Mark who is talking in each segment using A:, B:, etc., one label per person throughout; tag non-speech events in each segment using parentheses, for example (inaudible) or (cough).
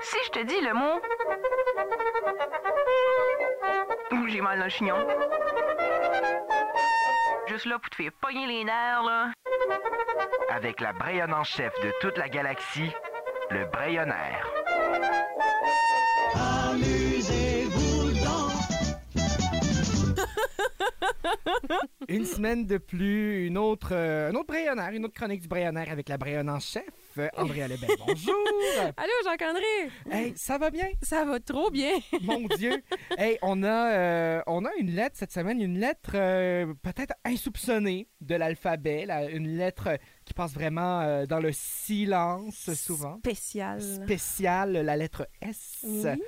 A: Si je te dis le mot. Ouh, j'ai mal dans le chignon. Juste là pour te faire pogner les nerfs, là.
B: Avec la Brayonne en chef de toute la galaxie, le Brayonnaire.
C: Une semaine de plus, une autre, euh, un autre Brayonnaire, une autre chronique du Brayonnaire avec la Brayonne en chef, euh, Andrea Lebel. Bonjour!
D: Allô, Jacques-André!
C: hey, ça va bien?
D: Ça va trop bien!
C: Mon Dieu! Hey, on a, euh, on a une lettre cette semaine, une lettre euh, peut-être insoupçonnée de l'alphabet, là, une lettre euh, qui passe vraiment euh, dans le silence souvent.
D: Spécial.
C: Spéciale, la lettre S.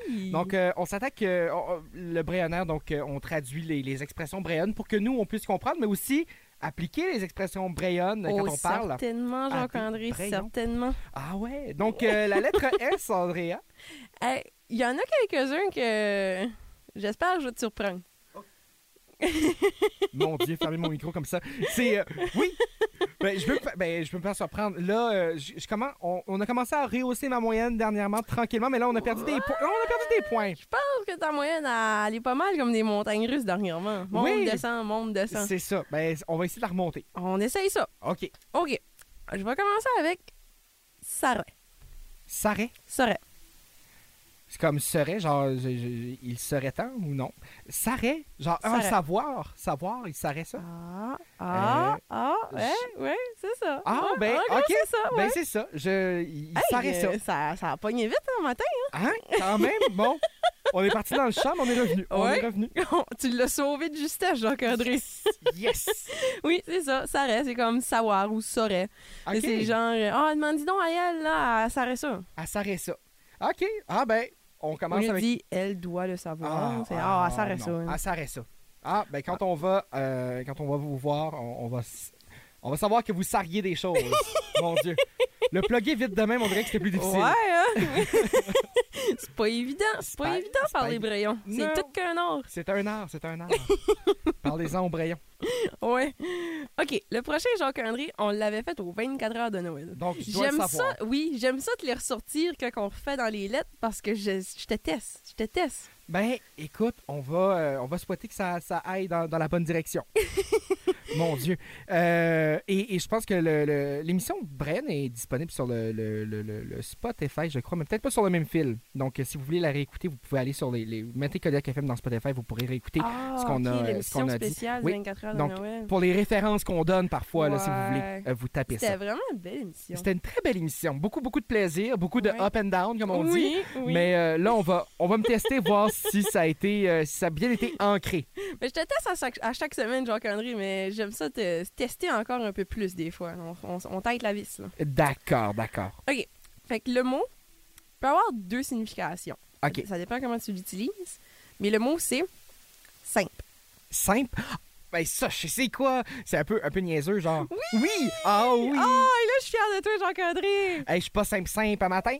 D: Oui.
C: Donc, euh, on s'attaque, euh, on- on- le bréonnaire, donc euh, on traduit les, les expressions bréonnes pour que nous, on puisse comprendre, mais aussi appliquer les expressions bréonnes
D: Oh,
C: quand on parle.
D: certainement,
C: Ah,
D: Jacques-André,
C: Brayon.
D: certainement.
C: Ah ouais, donc euh, la lettre S, Andrea.
D: Hey, Il y en a quelques-uns que j'espère que je vais te surprendre.
C: Mon Dieu, fermez mon micro comme ça. C'est euh, oui. Ben, je veux, pas- ben, je peux me faire surprendre. Là, euh, je, je commence- on, on a commencé à rehausser ma moyenne dernièrement tranquillement, mais là on a perdu des points. On a perdu des points.
D: Je pense que ta moyenne, elle est pas mal comme des montagnes russes dernièrement. Monte,
C: Oui.
D: descend, monte, descend.
C: C'est ça. Ben, on va essayer de la remonter.
D: On essaye ça.
C: Ok.
D: OK. Je vais commencer avec Sarah.
C: Sarret.
D: Sarah.
C: C'est comme serait, genre je- je- il serait temps ou non. Sarret, genre un
D: Sarret.
C: savoir, savoir, il sarrait ça.
D: Ah, ah, ah, ouais, ouais, c'est ça.
C: Euh, Ah
D: Ouais,
C: ben
D: en gros,
C: ok.
D: c'est ça, ouais.
C: Ben c'est ça. Je, il
D: Hey,
C: sarrait
D: euh, ça. Ça a pogné vite, hein, matin.
C: ça. Hein? Quand
D: (laughs)
C: même. Bon. On est parti dans le champ, mais on est revenu. On
D: Ouais.
C: est revenu.
D: (laughs) tu l'as sauvé de justesse, Jacques-André.
C: Yes.
D: (laughs) oui, c'est ça. Sarah, c'est comme savoir ou saurait. (laughs) Mais
C: Ok.
D: C'est genre, euh, ah, demande dis donc à elle, là, à Sarah ça.
C: À sarrer ça. OK. Ah ben, on
D: On
C: commence
D: lui
C: avec...
D: dit, elle doit le savoir. c'est, ah,
C: ah,
D: à Sarah
C: non.
D: ça. hein.
C: À sarrer ça. Ah, ben quand on va euh, quand on va vous voir, on, on va s- on va savoir que vous sarriez des
D: (laughs)
C: choses. Mon Dieu. Le plugger vite de même, on dirait que c'était plus difficile.
D: (laughs) Ouais,
C: (laughs)
D: hein? c'est pas évident. C'est pas
C: pas-
D: évident
C: c'est
D: par
C: pas
D: les
C: évi-
D: brayons.
C: Non.
D: C'est tout qu'un or.
C: C'est un art, c'est un art. Parlez-en au Brayon.
D: Ouais. OK, le prochain Jacques-André, on l'avait fait aux 24 heures de Noël.
C: Donc, je dois le
D: J'aime
C: savoir.
D: ça, oui, j'aime ça te les ressortir quand on refait dans les lettres parce que je, je te teste, je te teste.
C: Ben, écoute, on va, euh, on va souhaiter que ça, ça aille dans, dans la bonne
D: (laughs)
C: direction. Mon Dieu. Euh, et, et je pense que le- le- l'émission Bren est disponible sur le, le, le- le- le Spotify, je crois, mais peut-être pas sur le même fil. Donc, euh, si vous voulez la réécouter, vous pouvez aller sur les. les mettez Kodiak FM dans Spotify, vous pourrez réécouter.
D: Ah,
C: ce qu'on
D: ok,
C: a, euh, ce
D: l'émission
C: qu'on a dit.
D: spéciale
C: Oui,
D: 24 heures de
C: donc,
D: Noël.
C: Pour les références qu'on donne parfois, là, si vous
D: Ouais.
C: voulez, euh, vous tapez
D: C'était
C: ça.
D: vraiment une belle émission.
C: C'était une très belle émission. Beaucoup, beaucoup de plaisir, beaucoup de
D: Ouais.
C: up and down, comme on dit.
D: oui, oui. Mais...
C: Mais euh, là, on va, on va me tester, voir si ça a été, euh, si ça a bien été ancré.
D: je te teste à chaque, à chaque semaine, Jacques-André, mais j'aime ça te tester encore un peu plus des fois. On, on, on tente la vis, là.
C: D'accord, d'accord.
D: Fait que le mot peut avoir deux significations.
C: OK.
D: Ça dépend comment tu l'utilises. Mais le mot, c'est simple.
C: Simple. Ben ça, je sais quoi. C'est un peu, un peu niaiseux, genre. Oui! Ah oui!
D: Ah, et là, je suis fière de toi, Jacques-André!
C: Hey, je suis pas simple simple à matin.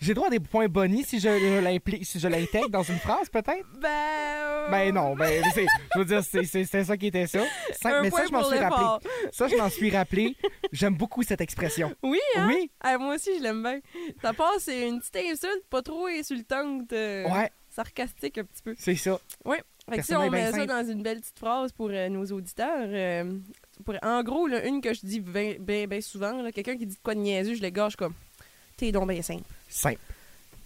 C: J'ai droit à des points bonus si je, je l'implique, si je l'intègre dans une phrase, peut-être?
D: Ben... euh,
C: Ben non, ben c'est, je veux dire, c'est, c'est- c'était ça qui était ça. Simple,
D: un
C: mais
D: point
C: ça, je m'en
D: pour
C: suis
D: l'effort.
C: rappelé. Ça, je m'en suis rappelé. J'aime beaucoup cette expression.
D: Oui, hein?
C: Oui.
D: Ah, moi aussi, je l'aime bien. Ta part, c'est une petite insulte, pas trop insultante. euh,
C: Ouais,
D: Sarcastique un petit peu.
C: c'est ça. ben,
D: Oui. Fait que si
C: Personne
D: on
C: est bien
D: met ça
C: simple.
D: dans une belle petite phrase pour euh, nos auditeurs, euh, pour- en gros, là, une que je dis bien ben, ben souvent, là, quelqu'un qui dit de quoi de niaiseux, je le gâche comme T'es donc bien simple.
C: Simple.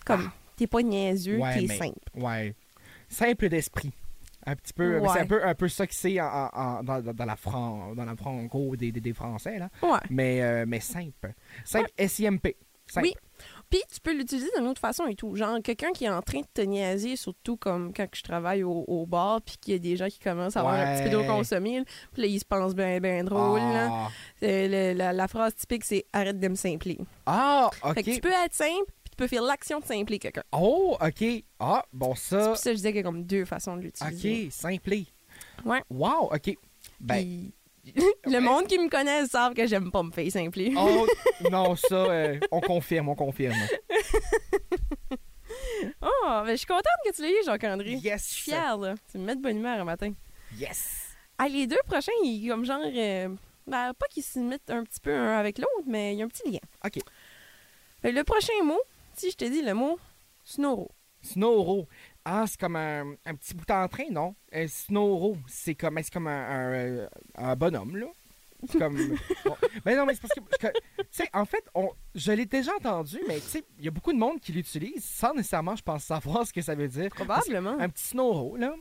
D: Comme T'es pas niaiseux,
C: Ah. Ouais,
D: t'es
C: mais-
D: simple.
C: Ouais. Simple d'esprit. Un petit peu.
D: Ouais.
C: C'est un peu, un peu ça que c'est en- en- en- dans, dans- dans la Fran- dans la franco des, des, des Français, là.
D: Ouais.
C: Mais, euh, mais simple. Simple, S-I-M-P. Simple.
D: Oui. Puis tu peux l'utiliser d'une autre façon et tout. Genre, quelqu'un qui est en train de te niaiser, surtout comme quand je travaille au, au bar, puis qu'il y a des gens qui commencent à avoir un petit peu d'eau
C: Ouais.
D: consommée, là. puis là, ils se pensent bien, bien drôle. oh là.
C: Ah.
D: C'est le- la, la phrase typique, c'est arrête de me simpler.
C: Ah,
D: Fait que
C: OK.
D: tu peux être simple, puis tu peux faire l'action de simpler quelqu'un.
C: Oh, OK. Ah, bon, ça.
D: C'est pour ça que je disais qu'il y a comme deux façons de l'utiliser.
C: OK, simplé.
D: Ouais.
C: Wow, OK. Ben.
D: Puis, (laughs) le monde qui me connaît savent que j'aime pas me faire simpler. (laughs)
C: Oh, non, ça, euh, on confirme, on confirme.
D: Oh, ben, je suis contente que tu l'aies eu, Jacques-André.
C: Yes.
D: Je suis fière, là. Tu me mets de bonne humeur un matin.
C: Yes.
D: Ah, les deux prochains, ils, comme genre. euh, ben, pas qu'ils s'imitent un petit peu un avec l'autre, mais il y a un petit lien.
C: OK.
D: Fait Fait que le prochain mot, si je te dis le mot snoro.
C: Snoro. Ah, c'est comme un, un petit bout en train, non? Un Snoro, c'est comme, c'est comme un, un, euh, un bonhomme, là. C'est
D: (laughs)
C: comme. Bon. Ben non, mais c'est parce que. que- tu sais, en fait, on, je l'ai déjà entendu, mais tu sais, il y a beaucoup de monde qui l'utilise sans nécessairement, je pense, savoir ce Ah, que ça veut dire.
D: Probablement.
C: Un petit Snoro, là.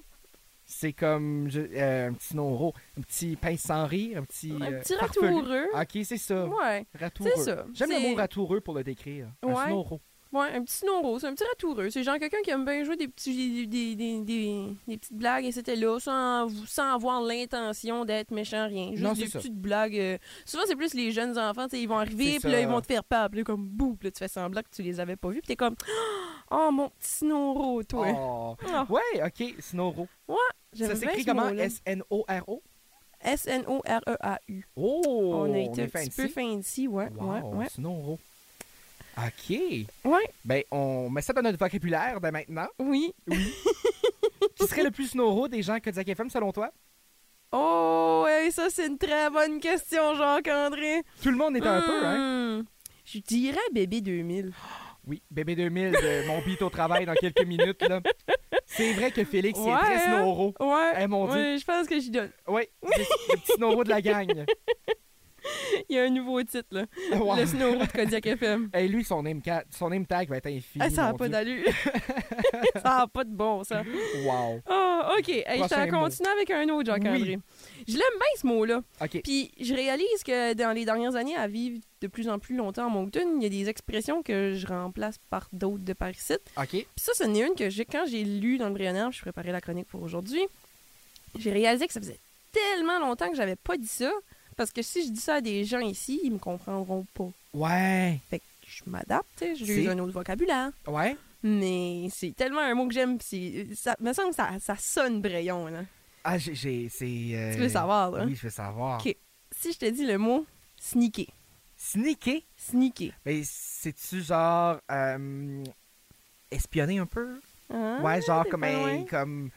C: C'est comme. je- euh, un petit Snoro. Un petit pince sans rire, un petit.
D: Un
C: euh,
D: petit
C: farfelu.
D: ratoureux.
C: Ok, c'est ça.
D: Ouais.
C: Ratoureux.
D: c'est ça.
C: J'aime le
D: C'est-
C: mot ratoureux pour le décrire. Un
D: Ouais.
C: Snoro.
D: Ouais, un petit snoro, c'est un petit ratoureux. C'est genre quelqu'un qui aime bien jouer des, petits, des, des, des, des petites blagues, etc. là, sans, sans avoir l'intention d'être méchant, rien. Juste
C: Non, c'est
D: des
C: ça.
D: petites blagues. euh, souvent, c'est plus les jeunes enfants, tu sais, ils vont arriver,
C: C'est
D: puis là,
C: ça.
D: ils vont te faire peur, puis là, comme boum, puis là, tu fais semblant que tu les avais pas vus, puis t'es comme, (gasps) oh mon petit snoro, toi.
C: Oh.
D: Ah,
C: Ouais, ok, Snoro. Oh.
D: j'aime
C: Ça
D: bien
C: s'écrit
D: ce
C: comment?
D: mot-là.
C: S-N-O-R-o?
D: S-N-O-R-E-A-U.
C: Oh!
D: on a été
C: est
D: un petit
C: fancy.
D: peu fancy, ouais, ouais,
C: Wow,
D: ouais.
C: Snoro. OK.
D: Ouais,
C: Ben, on met ça dans notre vocabulaire de
D: (laughs)
C: maintenant.
D: oui.
C: Qui serait le plus Snoro des gens que Zach FM, selon toi?
D: Oh, ouais, ça, c'est une très bonne question, Jacques-André.
C: Tout le monde est un peu, hein?
D: Hmm. Je dirais bébé 2000.
C: Oui, bébé 2000 de Mon beat au travail dans quelques minutes, là. C'est vrai que Félix il est
D: Ouais,
C: très
D: hein?
C: Snoro.
D: Ouais.
C: Eh, mon Dieu.
D: ouais, je pense que j'y donne. (laughs)
C: Oui, c'est le petit Snoro de la gang.
D: Il y a un nouveau titre, là.
C: Wow.
D: (laughs) Le Snow de Kodiak FM.
C: Eh, lui, son name, ca- son name tag va être infini.
D: Ah, ça n'a
C: mon
D: pas
C: Dieu. (laughs)
D: d'allure. ça n'a pas de bon, ça.
C: Wow.
D: Ah, OK. Hey, je
C: Prochain
D: t'en
C: mot.
D: continue avec un autre, Jacques-André. Je l'aime bien, ce mot-là.
C: OK.
D: Puis je réalise que dans les dernières années, à vivre de plus en plus longtemps à Moncton, il y a des expressions que je remplace par d'autres de par ici.
C: OK.
D: Puis ça, ce n'est une que j'ai, quand j'ai lu dans le Brionard, je préparais la chronique pour aujourd'hui, j'ai réalisé que ça faisait tellement longtemps que j'avais pas dit ça, parce que si je dis ça à des gens ici, ils me comprendront pas.
C: Ouais.
D: Fait que je m'adapte, tu sais, j'utilise
C: C'est-
D: un autre vocabulaire.
C: Ouais.
D: Mais c'est tellement un mot que j'aime, puis c'est- ça me semble que ça, ça sonne brayon, là.
C: Ah, j'ai- j'ai... c'est... euh,
D: Tu veux savoir, là?
C: Oui, je veux savoir.
D: Ok. Si je te dis le mot sneaker,
C: Sneaker?
D: sneaker,
C: Mais c'est-tu genre euh, espionner un peu?
D: Hein?
C: ouais, genre
D: t'es
C: comme
D: pas
C: un-
D: loin.
C: comme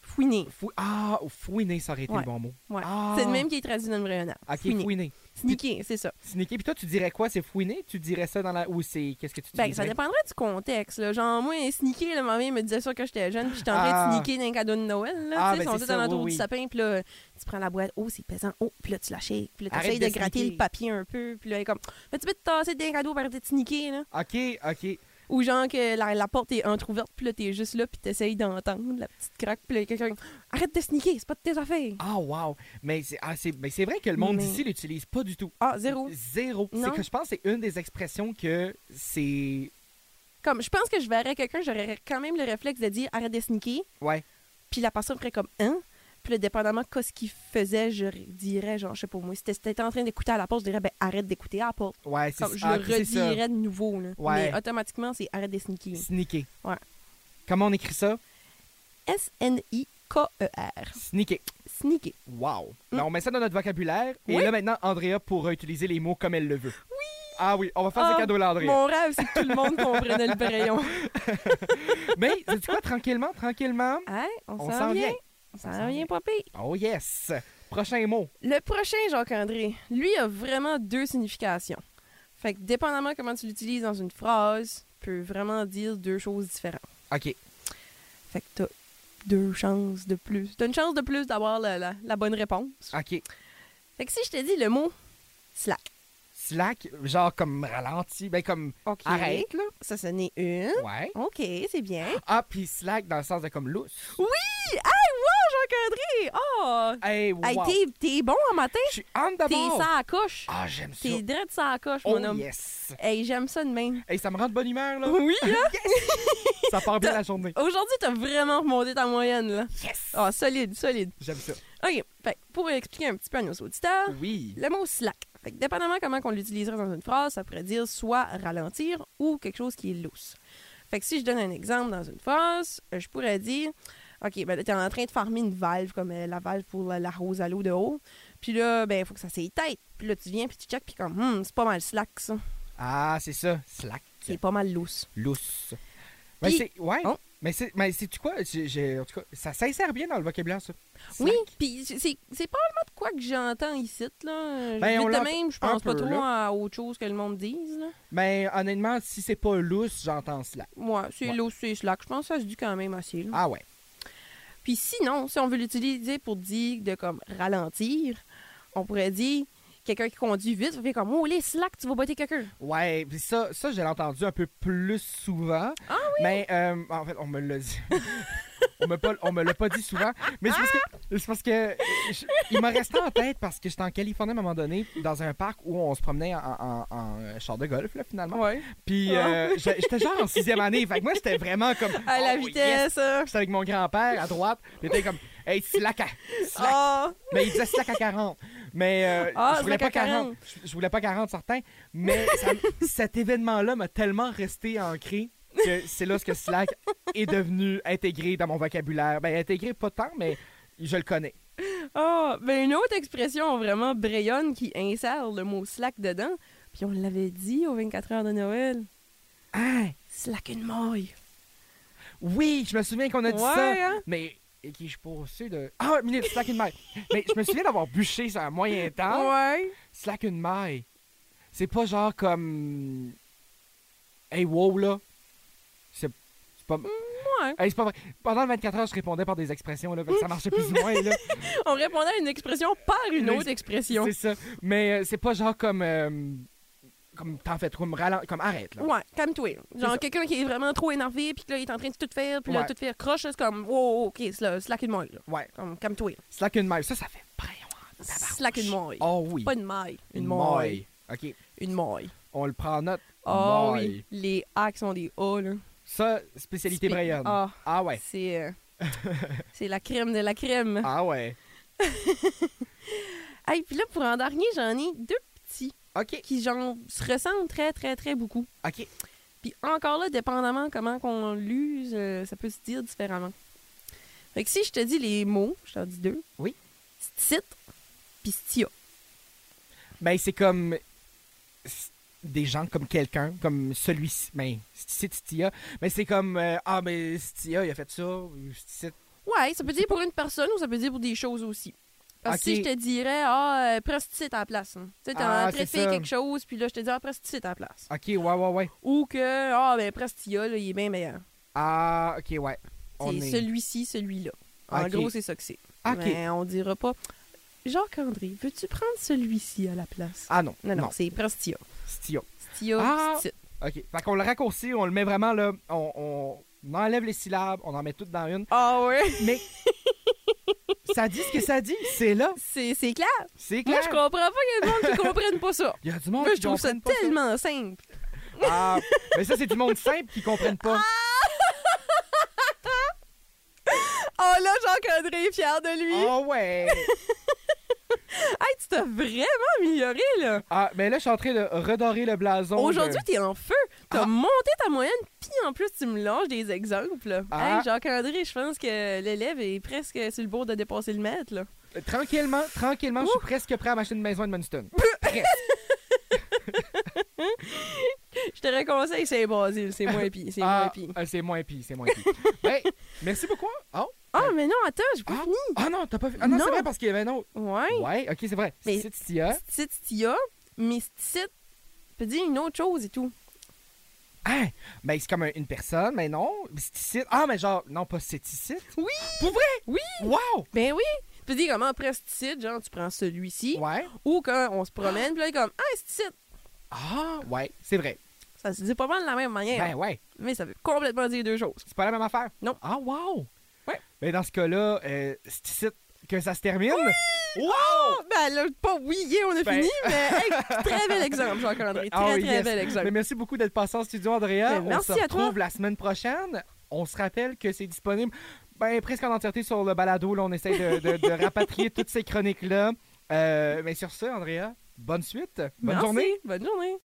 D: fouiner,
C: fou ah ou fouiner ça aurait été
D: Ouais.
C: le bon mot.
D: ouais.
C: Ah.
D: C'est le même qui est traduit dans le Brionard.
C: OK,
D: Fouiner.
C: fouiner.
D: Sneaker, c'est ça.
C: Sneaker. Puis toi tu dirais quoi, c'est fouiner Tu dirais ça dans la ou c'est qu'est-ce que tu
D: Ben,
C: dirais
D: ça dépendrait du contexte. Là. Genre, moi, sneaker, là, ma mère me disait ça quand j'étais jeune, puis j'étais en train
C: Ah.
D: de sneaker d'un cadeau de Noël.
C: Ah,
D: Là, tu
C: ben,
D: sais, ils
C: c'est
D: sont tous à
C: ça,
D: l'entour
C: oui,
D: du
C: oui.
D: sapin, puis là, tu prends la boîte, oh, c'est pesant, oh, puis là, tu la shakes, puis là, tu
C: Arrête
D: essayes
C: de
D: de, gratter
C: sneaker.
D: le papier un peu, puis là, elle est comme, mais tu peux te tasser d'un cadeau par tes sneaker, là.
C: OK, OK.
D: Ou genre que la, la porte est entrouverte, puis là, t'es juste là, puis t'essayes d'entendre la petite craque, puis là, quelqu'un, arrête de sneaker, c'est pas de tes affaires.
C: Ah wow. Mais c'est ah, c'est mais c'est vrai que le monde
D: Mais-
C: d'ici l'utilise pas du tout.
D: Ah,
C: (laughs)
D: zéro.
C: Zéro. C'est
D: Non.
C: que je pense que c'est une des expressions que c'est
D: Comme, je pense que je verrais quelqu'un, j'aurais quand même le réflexe de dire, arrête de sneaker,
C: ouais.
D: Puis la personne ferait comme Hein? Puis là, dépendamment de ce qu'il faisait, je dirais, genre, je sais pas moi, si t'étais en train d'écouter à la porte, je dirais, ben arrête d'écouter à la porte.
C: Ouais, c'est
D: Comme, je
C: ah,
D: le
C: puis c'est ça.
D: redirais de nouveau, là.
C: Ouais.
D: Mais automatiquement, c'est arrête de sneaker.
C: Sneaker.
D: Ouais.
C: Comment on écrit ça
D: S-N-I-K-E-R.
C: Sneaker.
D: Sneaker.
C: Wow. Ben, on met ça dans notre vocabulaire. Et
D: Mm. Oui.
C: là, maintenant, Andrea pourra utiliser les mots comme elle le veut. Oui. Ah oui, on va faire des
D: Ah,
C: cadeaux là, Andrea.
D: Mon rêve, c'est que tout le monde comprenait le braillon.
C: Mais, sais quoi, tranquillement, tranquillement,
D: Hein? On,
C: on
D: s'en
C: s'en
D: vient.
C: vient.
D: On s'en vient, papy.
C: Oh yes. Prochain mot.
D: Le prochain, Jacques-André, lui a vraiment deux significations. Fait que dépendamment comment tu l'utilises dans une phrase, peut vraiment dire deux choses différentes.
C: OK.
D: Fait que t'as deux chances de plus. T'as une chance de plus d'avoir la, la- la bonne réponse.
C: OK.
D: Fait que si je te dis le mot slack.
C: Slack, genre comme ralenti, ben comme
D: OK.
C: arrête, là.
D: Ça, ce n'est une.
C: Ouais.
D: OK, c'est bien.
C: Ah, puis slack dans le sens de comme lousse.
D: Oui! Hey, wow, Jacques-André! Oh!
C: Hey, wow.
D: Hey, t'es- t'es bon en matin?
C: Je suis en
D: T'es
C: d'abord.
D: sans coche.
C: Ah, j'aime ça.
D: T'es direct sans coche,
C: Oh
D: mon homme.
C: yes.
D: Hey, j'aime ça de même.
C: Hey, ça me rend de bonne humeur, là.
D: (laughs) Oui, hein?
C: (laughs) ça part bien la journée.
D: (laughs) Aujourd'hui, t'as vraiment remonté ta moyenne, là.
C: Yes.
D: Ah, solide, solide.
C: J'aime ça.
D: OK, fait que pour expliquer un petit peu à nos auditeurs,
C: Oui.
D: Le mot slack. Fait que dépendamment comment on l'utiliserait dans une phrase, ça pourrait dire soit ralentir ou quelque chose qui est loose. Fait que si je donne un exemple dans une phrase, euh, je pourrais dire OK, ben tu es en train de farmer une valve, comme euh, la valve pour la, la rose à l'eau de haut. Puis là, ben il faut que ça s'éteille. Puis là, tu viens, puis tu checkes, puis comme, Hum, c'est pas mal slack, ça.
C: Ah, c'est ça. Slack.
D: C'est pas mal loose.
C: Lousse. Ben,
D: Puis-
C: c'est... Ouais.
D: Oh,
C: Mais c'est, mais sais-tu quoi? J'ai- j'ai- en tout cas, ça s'insère bien dans le vocabulaire, ça.
D: Oui,
C: Snack.
D: puis c'est c'est probablement de quoi que j'entends ici. Là.
C: Ben,
D: Vite
C: on
D: de
C: l'entend
D: même, je
C: un
D: pense pas
C: peu,
D: trop
C: là.
D: à autre chose que le monde dise. Là.
C: Mais Ben, honnêtement, si c'est pas lousse, j'entends cela.
D: Ouais, c'est
C: Ouais.
D: l'eau, c'est slack. Je pense que ça se dit quand même assez. là.
C: Ah ouais.
D: Puis sinon, si on veut l'utiliser pour dire de comme ralentir, on pourrait dire quelqu'un qui conduit vite, ça fait comme oh les slack, tu vas botter quelqu'un.
C: Ouais, pis ça, ça je l'ai entendu un peu plus souvent.
D: Ah
C: Mais euh, en fait, on me l'a
D: (laughs)
C: dit. on me pas- on me l'a pas dit souvent. Mais c'est parce
D: Ah!
C: que, c'est parce que je- il m'a resté en tête parce que j'étais en Californie à un moment donné, dans un parc où on se promenait en, en- en, euh, char de golf, là, finalement.
D: Ouais.
C: Puis euh, j'ai- j'étais genre en sixième année. Fait que moi, j'étais vraiment comme.
D: Ah. À la
C: oh, yes.
D: vitesse. hein.
C: Puis J'étais avec mon grand-père à droite. J'étais comme, hey, slack, à- slack.
D: Ah,
C: Mais il disait slack à 40. Mais euh,
D: Ah,
C: je voulais
D: slack
C: pas
D: à 40.
C: 40. Je, je voulais pas 40 certain. Mais ça- (laughs) cet événement-là m'a tellement resté ancré que c'est là ce que slack est devenu intégré dans mon vocabulaire. Ben intégré pas tant, mais je le connais.
D: ah. Ben, une autre expression vraiment brayonne qui insère le mot slack dedans. Puis on l'avait dit aux 24 heures de Noël.
C: Ah,
D: Slack une maille.
C: oui, je me souviens qu'on a dit
D: Ouais,
C: ça.
D: hein?
C: Mais et qui je poursuis de ah minute slack une maille. Mais je me souviens d'avoir bûché sur un
D: (laughs)
C: moyen temps.
D: Ouais.
C: Slack une maille. C'est pas genre comme hey wow là. C'est c'est pas
D: Ouais.
C: Hey, c'est pas vrai. Pendant le 24 heures, je répondais par des expressions, là, fait que ça marchait plus ou moins, là.
D: (laughs) On répondait à une expression par une
C: Une
D: autre expression.
C: C'est ça. Mais euh, c'est pas genre comme... euh, comme t'en fais trop, me ralent- comme arrête, là.
D: Ouais, calme-toi.
C: ça.
D: Genre quelqu'un qui est vraiment trop énervé, puis que là, il est en train de tout faire, puis là,
C: Ouais.
D: tout faire croche, c'est comme, oh, oh, ok, sla- slack une maille, là.
C: Ouais.
D: Comme, calme-toi.
C: Slack une maille. Ça, ça fait brayon. en tabarnak.
D: Slack une maille.
C: Oh oui.
D: Pas une maille. Une,
C: Une
D: maille.
C: OK.
D: Une maille.
C: On le prend en note.
D: Oh
C: Maille.
D: oui. Les A qui sont des A, là.
C: Ça, spécialité
D: Spé-
C: Brayonne.
D: Ah.
C: Ah ouais. (laughs)
D: C'est. euh, c'est la crème de la crème.
C: Ah ouais.
D: Hey, puis là, pour en dernier, j'en ai deux petits
C: OK.
D: qui, genre, se ressemblent très, très, très beaucoup.
C: OK.
D: Puis encore là, dépendamment comment qu'on l'use, euh, ça peut se dire différemment. Fait que si je te dis les mots, je t'en dis deux.
C: Oui.
D: Stit, puis stia.
C: Ben, c'est comme... c'est Des gens comme quelqu'un, comme celui-ci. Ben, c'est Stia. Mais c'est comme... euh, ah, mais Stia, il a fait ça. ou c'est-
D: Ouais, ça peut dire pour une personne ou ça peut dire pour des choses aussi. Parce que
C: Ok.
D: si je te dirais, ah, euh, prends stit à la place. hein. Tu sais, t'es
C: Ah,
D: en train de
C: c'est
D: faire
C: ça.
D: quelque chose, puis là, je te dis, ah, prends stit à la place.
C: OK, ouais, ouais, ouais.
D: Ou que, ah, ben, prends stia, là, il est bien meilleur.
C: Ah, ok, ouais. On
D: C'est
C: est...
D: celui-ci, celui-là. En
C: Ok.
D: gros, c'est ça que c'est.
C: Ok.
D: Mais on dira pas. Jacques-André, veux-tu prendre celui-ci à la place?
C: Ah non,
D: Non, non, c'est prends stia.
C: Stia.
D: Stia,
C: Ah!
D: pis stit.
C: Ok. Fait qu'on le raccourcit, on le met vraiment là, on, on- on enlève les syllabes, on en met toutes dans une.
D: Ah ouais? (laughs)
C: Mais ça dit ce que ça dit, c'est là,
D: C'est c'est clair.
C: c'est
D: Moi,
C: clair.
D: je comprends pas qu'il y a des gens qui (laughs) comprennent pas ça.
C: Il y a du monde
D: Moi,
C: qui
D: je trouve ça
C: comprennent pas
D: tellement simple.
C: Ah, mais ça c'est du monde simple qui comprennent pas.
D: Ah, Oh là, Jacques-André est fier de lui.
C: Oh ouais.
D: Hey, tu t'as vraiment amélioré, là.
C: Ah, mais là je suis en train de redorer le blason. de-
D: Aujourd'hui, t'es en feu. T'as
C: Ah.
D: monté ta moyenne, puis en plus, tu me lances des exemples.
C: Ah.
D: Hey, Jacques-André, je pense que l'élève est presque sur le bord de dépasser le maître, là.
C: Tranquillement, tranquillement, je suis presque prêt à m'acheter une maison à Edmundston.
D: Je te reconseille, c'est Basile, c'est moins pire, (laughs) c'est moins
C: Ah,
D: pire.
C: euh, c'est moins pire, c'est moins
D: (laughs)
C: pire. ben, merci beaucoup. Oh,
D: Ah, mais non, attends, j'ai pas
C: Ah.
D: fini.
C: ah non, t'as pas vu. Ah non,
D: Non.
C: c'est vrai parce qu'il y avait un autre.
D: Ouais.
C: Ouais, ok, c'est vrai. hein?
D: Mais-
C: C'est Tia.
D: Petite Stia, mais petite peut dire une autre chose et tout.
C: Hein? Ben, c'est comme un- une personne, mais non. Sticite. Ah, mais genre, non, pas sticite.
D: Oui!
C: Pour vrai?
D: Oui!
C: Wow!
D: Ben oui! Tu peux dire comment après sticite, genre tu prends celui-ci,
C: Ouais.
D: ou quand on se promène, puis là, comme Ah, sticite!
C: Ah, ouais, c'est vrai.
D: Ça se dit pas mal de la même manière,
C: Ben, ouais.
D: mais ça veut complètement dire deux choses.
C: C'est pas la même affaire.
D: Non.
C: Ah, wow!
D: Ouais.
C: Mais dans ce cas-là, euh, sticite, que ça se termine. Wow!
D: Oh, ben là, pas oui, yeah, on a
C: Ben-
D: fini, mais hey, très
C: (laughs)
D: bel exemple, Jacques-André. Très,
C: Ah oui,
D: très
C: yes.
D: bel exemple.
C: Mais merci beaucoup d'être passé en studio, Andrea.
D: Ben,
C: On
D: merci
C: se
D: à toi.
C: retrouve la semaine prochaine. On se rappelle que c'est disponible ben, presque en entièreté sur le balado. Là, on essaie de, de-
D: (laughs)
C: de rapatrier toutes ces chroniques-là. Euh, mais sur ce, Andrea, bonne suite. Bonne
D: Merci.
C: journée.
D: Bonne journée.